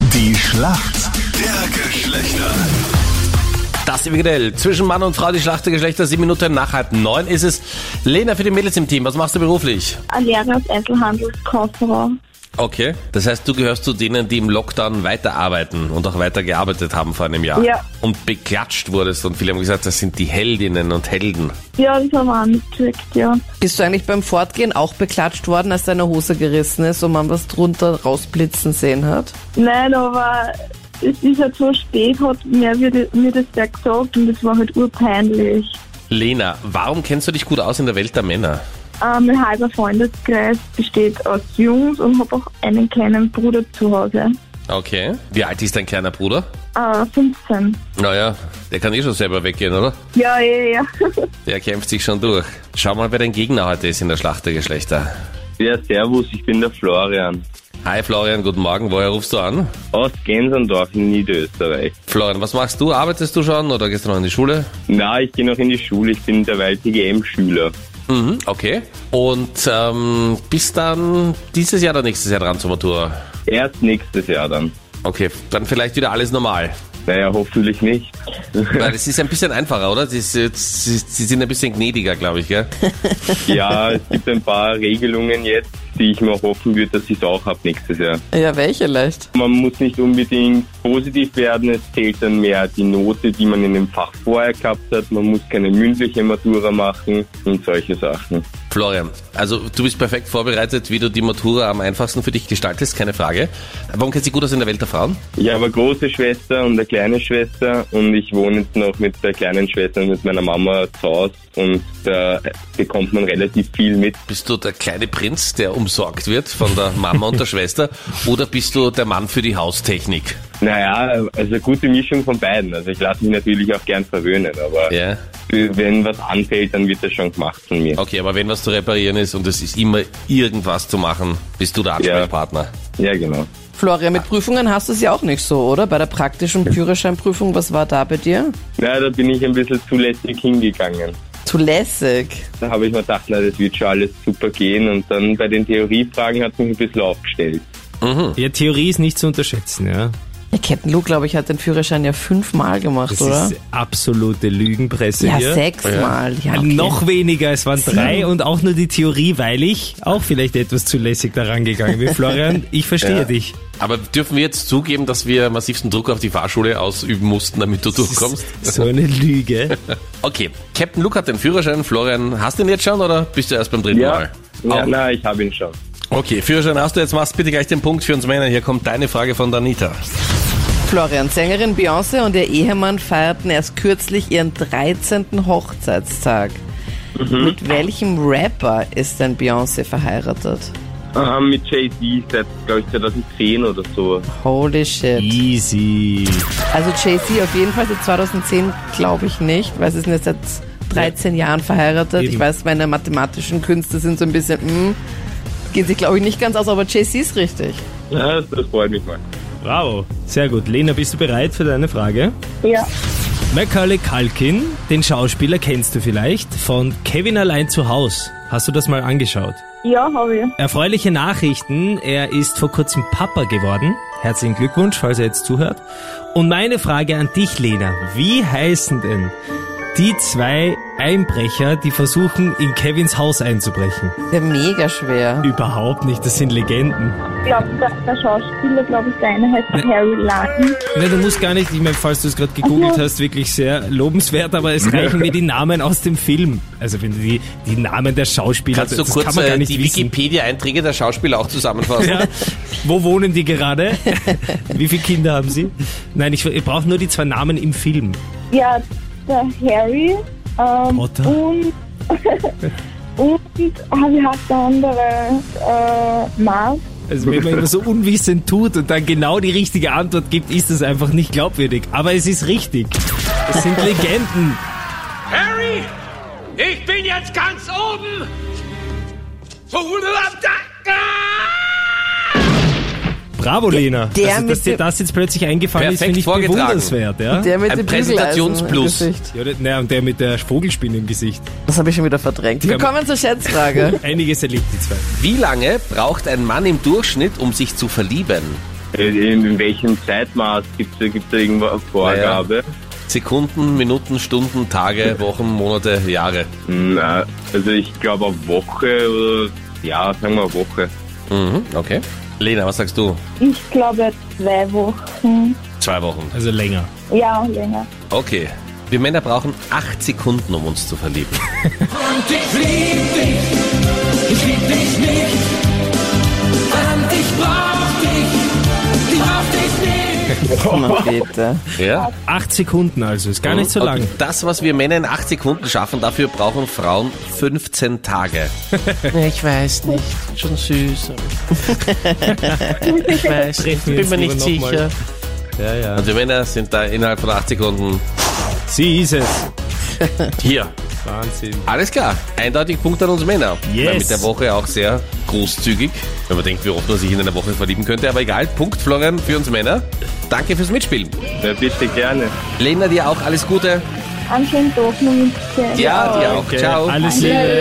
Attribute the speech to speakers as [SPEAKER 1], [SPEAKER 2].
[SPEAKER 1] Die Schlacht der Geschlechter.
[SPEAKER 2] Das im Grill. Zwischen Mann und Frau, die Schlacht der Geschlechter, sieben Minuten nach halb neun ist es. Lena für die Mädels im Team, was machst du beruflich?
[SPEAKER 3] Lehrer aus Einzelhandelskauffrau.
[SPEAKER 2] Okay. Das heißt, du gehörst zu denen, die im Lockdown weiterarbeiten und auch weiter gearbeitet haben vor einem Jahr.
[SPEAKER 3] Ja.
[SPEAKER 2] Und beklatscht wurdest und viele haben gesagt, das sind die Heldinnen und Helden.
[SPEAKER 3] Ja, das haben wir auch mitgekriegt, ja.
[SPEAKER 4] Bist du eigentlich beim Fortgehen auch beklatscht worden, als deine Hose gerissen ist und man was drunter rausblitzen sehen hat?
[SPEAKER 3] Nein, aber es ist halt so spät, hat mir, wird- mir das der gesagt und das war halt urpeinlich.
[SPEAKER 2] Lena, warum kennst du dich gut aus in der Welt der Männer?
[SPEAKER 3] Äh, mein halber Freundeskreis besteht aus Jungs und habe auch einen kleinen Bruder zu Hause.
[SPEAKER 2] Okay. Wie alt ist dein kleiner Bruder?
[SPEAKER 3] Äh, 15.
[SPEAKER 2] Naja, der kann eh schon selber weggehen, oder?
[SPEAKER 3] Ja, ja, ja.
[SPEAKER 2] Der kämpft sich schon durch. Schau mal, wer dein Gegner heute ist in der Schlacht der Geschlechter.
[SPEAKER 5] Ja, servus, ich bin der Florian.
[SPEAKER 2] Hi Florian, guten Morgen. Woher rufst du an?
[SPEAKER 5] Aus Gensendorf in Niederösterreich.
[SPEAKER 2] Florian, was machst du? Arbeitest du schon oder gehst du noch in die Schule?
[SPEAKER 5] Na, ich gehe noch in die Schule, ich bin derweil TGM-Schüler.
[SPEAKER 2] Mhm, okay. Und ähm, bist dann dieses Jahr oder nächstes Jahr dran zur Matura?
[SPEAKER 5] Erst nächstes Jahr dann.
[SPEAKER 2] Okay, dann vielleicht wieder alles normal.
[SPEAKER 5] Naja, hoffentlich nicht.
[SPEAKER 2] Weil es ist ein bisschen einfacher, oder? Sie, sie, sie sie sind ein bisschen gnädiger, glaube ich, gell?
[SPEAKER 5] ja, es gibt ein paar Regelungen jetzt, die ich mir hoffen würde, dass ich es auch habe nächstes Jahr.
[SPEAKER 4] Ja, welche leicht?
[SPEAKER 5] Man muss nicht unbedingt positiv werden, es zählt dann mehr die Note, die man in dem Fach vorher gehabt hat. Man muss keine mündliche Matura machen und solche Sachen.
[SPEAKER 2] Florian, also du bist perfekt vorbereitet, wie du die Matura am einfachsten für dich gestaltest, keine Frage. Warum kennst du dich gut aus in der Welt der Frauen?
[SPEAKER 5] Ich habe eine große Schwester und eine kleine Schwester und ich wohne jetzt noch mit der kleinen Schwester und mit meiner Mama zu Hause und da bekommt man relativ viel mit.
[SPEAKER 2] Bist du der kleine Prinz, der umsorgt wird von der Mama und der Schwester? Oder bist du der Mann für die Haustechnik?
[SPEAKER 5] Naja, also eine gute Mischung von beiden. Also ich lasse mich natürlich auch gern verwöhnen, aber
[SPEAKER 2] Ja.
[SPEAKER 5] wenn was anfällt, dann wird das schon gemacht von mir.
[SPEAKER 2] Okay, aber wenn was zu reparieren ist und es ist immer irgendwas zu machen, bist du der Ansprechpartner.
[SPEAKER 5] Ja, genau.
[SPEAKER 4] Florian, mit Prüfungen hast du es ja auch nicht so, oder? Bei der praktischen Führerscheinprüfung, was war da bei dir?
[SPEAKER 5] Na, da bin ich ein bisschen zulässig hingegangen.
[SPEAKER 4] Zu lässig.
[SPEAKER 5] Da habe ich mir gedacht, na, das wird schon alles super gehen und dann bei den Theoriefragen hat mich ein bisschen aufgestellt.
[SPEAKER 6] Ja, Theorie ist nicht zu unterschätzen, ja.
[SPEAKER 4] Ja, Captain Lou, glaube ich, hat den Führerschein ja fünfmal gemacht,
[SPEAKER 6] Das
[SPEAKER 4] oder?
[SPEAKER 6] ist absolute Lügenpresse
[SPEAKER 4] Ja,
[SPEAKER 6] hier. Äh,
[SPEAKER 4] sechsmal. Ja, okay.
[SPEAKER 6] Noch weniger, es waren drei und auch nur die Theorie, weil ich auch vielleicht etwas zu lässig daran gegangen bin. Florian, ich verstehe dich.
[SPEAKER 2] Aber dürfen wir jetzt zugeben, dass wir massivsten Druck auf die Fahrschule ausüben mussten, damit du durchkommst?
[SPEAKER 6] So eine Lüge.
[SPEAKER 2] Okay, Captain Luke hat den Führerschein. Florian, hast du ihn jetzt schon oder bist du erst beim dritten
[SPEAKER 5] Ja,
[SPEAKER 2] Mal?
[SPEAKER 5] ja
[SPEAKER 2] Auch.
[SPEAKER 5] na, ich habe ihn schon.
[SPEAKER 2] Okay, Führerschein hast du, jetzt machst bitte gleich den Punkt für uns Männer. Hier kommt deine Frage von Danita.
[SPEAKER 4] Florian, Sängerin Beyoncé und ihr Ehemann feierten erst kürzlich ihren 13. Hochzeitstag.
[SPEAKER 6] Mhm.
[SPEAKER 4] Mit welchem Rapper ist denn Beyoncé verheiratet?
[SPEAKER 5] Ah, mit Jay-Z seit, glaube ich, 2010 oder so.
[SPEAKER 4] Holy shit.
[SPEAKER 6] Easy.
[SPEAKER 4] Also Jay-Z auf jeden Fall seit 2010 glaube ich nicht, weil sie sind jetzt seit 13 Jahren verheiratet. Ich
[SPEAKER 6] Eben.
[SPEAKER 4] weiß, meine mathematischen Künste sind so ein bisschen, hm, gehen sie glaube ich nicht ganz aus, aber Jay-Z ist richtig.
[SPEAKER 5] Ja, das freut mich mal.
[SPEAKER 6] Wow. Sehr gut. Lena, bist du bereit für deine Frage?
[SPEAKER 3] Ja,
[SPEAKER 6] Macaulay Kalkin, den Schauspieler kennst du vielleicht, von Kevin allein zu Haus. Hast du das mal angeschaut?
[SPEAKER 3] ja habe ich.
[SPEAKER 6] Erfreuliche Nachrichten. Er ist vor kurzem Papa geworden. Herzlichen Glückwunsch, falls er jetzt zuhört. Und meine Frage an dich, Lena. Wie heißen denn die zwei Einbrecher, die versuchen, in Kevins Haus einzubrechen?
[SPEAKER 4] Ja, mega schwer.
[SPEAKER 6] Überhaupt nicht, das sind Legenden.
[SPEAKER 3] Ich glaube, der, der Schauspieler, glaube ich, der eine heißt Harry Lang.
[SPEAKER 6] Ne, du musst gar nicht, ich meine, falls du es gerade gegoogelt hast, wirklich sehr lobenswert, aber es reichen mir die Namen aus dem Film. Also wenn du die, die Namen der Schauspieler,
[SPEAKER 2] Kannst du
[SPEAKER 6] das
[SPEAKER 2] kurz
[SPEAKER 6] kann man gar
[SPEAKER 2] äh,
[SPEAKER 6] nicht
[SPEAKER 2] die
[SPEAKER 6] wissen.
[SPEAKER 2] Wikipedia-Einträge der Schauspieler auch zusammenfassen?
[SPEAKER 6] Ja. Wo wohnen die gerade? Wie viele Kinder haben sie? Nein, ich, ich brauche nur die zwei Namen im Film.
[SPEAKER 3] Ja, der Harry ähm,
[SPEAKER 6] Potter?
[SPEAKER 3] und und ah, wie heißt der andere? Äh, Mars.
[SPEAKER 6] Also wenn man immer so unwissend tut und dann genau die richtige Antwort gibt, ist das einfach nicht glaubwürdig. Aber es ist richtig. Es sind Legenden.
[SPEAKER 7] Harry, ich bin jetzt ganz oben.
[SPEAKER 6] Bravo, Lena.
[SPEAKER 4] der
[SPEAKER 6] also,
[SPEAKER 4] mit
[SPEAKER 6] dass dir
[SPEAKER 4] dem-
[SPEAKER 6] das jetzt plötzlich eingefallen ist,
[SPEAKER 2] Perfekt
[SPEAKER 6] finde ich
[SPEAKER 2] vorgetragen.
[SPEAKER 6] bewundernswert. Ja?
[SPEAKER 4] Der mit
[SPEAKER 2] Ein
[SPEAKER 4] dem Bügeleisen im
[SPEAKER 2] Präsentationsplus.
[SPEAKER 4] Gesicht.
[SPEAKER 6] ja, der- naja, und der mit der Vogelspinne im Gesicht.
[SPEAKER 4] Das habe ich schon wieder verdrängt. Wir
[SPEAKER 6] haben-
[SPEAKER 4] kommen zur Schätzfrage.
[SPEAKER 6] Einiges erlebt die zwei.
[SPEAKER 2] Wie lange braucht ein Mann im Durchschnitt, um sich zu verlieben?
[SPEAKER 5] In, in welchem Zeitmaß gibt es da irgendwo eine Vorgabe?
[SPEAKER 2] Sekunden, Minuten, Stunden, Tage, Wochen, Monate, Jahre.
[SPEAKER 5] Na, also ich glaube eine Woche oder ja, sagen wir eine Woche.
[SPEAKER 2] Mhm, okay. Lena, was sagst du?
[SPEAKER 3] Ich glaube zwei Wochen.
[SPEAKER 2] Zwei Wochen.
[SPEAKER 6] Also länger.
[SPEAKER 3] Ja, länger.
[SPEAKER 2] Okay. Wir Männer brauchen acht Sekunden, um uns zu verlieben.
[SPEAKER 8] Und ich lieb dich, ich lieb dich nicht. Verdammt, ich brauch dich, ich brauch dich nicht.
[SPEAKER 4] Na bitte.
[SPEAKER 2] Ja? Mhm.
[SPEAKER 6] Acht Sekunden also, ist gar nicht so
[SPEAKER 2] Und
[SPEAKER 6] lang.
[SPEAKER 2] Das, was wir Männer in acht Sekunden schaffen, dafür brauchen Frauen 15 Tage.
[SPEAKER 9] Ich weiß nicht, schon süß. ich weiß nicht,
[SPEAKER 6] wir
[SPEAKER 9] bin
[SPEAKER 6] jetzt
[SPEAKER 9] mir nicht
[SPEAKER 6] lieber nochmal.
[SPEAKER 9] sicher.
[SPEAKER 6] Ja, ja.
[SPEAKER 2] Und wir Männer sind da innerhalb von acht Sekunden
[SPEAKER 6] Sie ist es.
[SPEAKER 2] hier.
[SPEAKER 6] Wahnsinn.
[SPEAKER 2] Alles klar. Eindeutig Punkt an uns Männer.
[SPEAKER 6] Yes.
[SPEAKER 2] Weil Mit der Woche auch sehr großzügig. Wenn man denkt, wie oft man sich in einer Woche verlieben könnte. Aber egal. Punkt, Florian, für uns Männer. Danke fürs Mitspielen.
[SPEAKER 5] Ja, bitte gerne.
[SPEAKER 2] Lena, dir auch alles Gute.
[SPEAKER 3] Anscheinend doch nur mit zwei.
[SPEAKER 2] Ja, dir auch.
[SPEAKER 6] Okay,
[SPEAKER 2] Ciao.
[SPEAKER 6] Alles Liebe.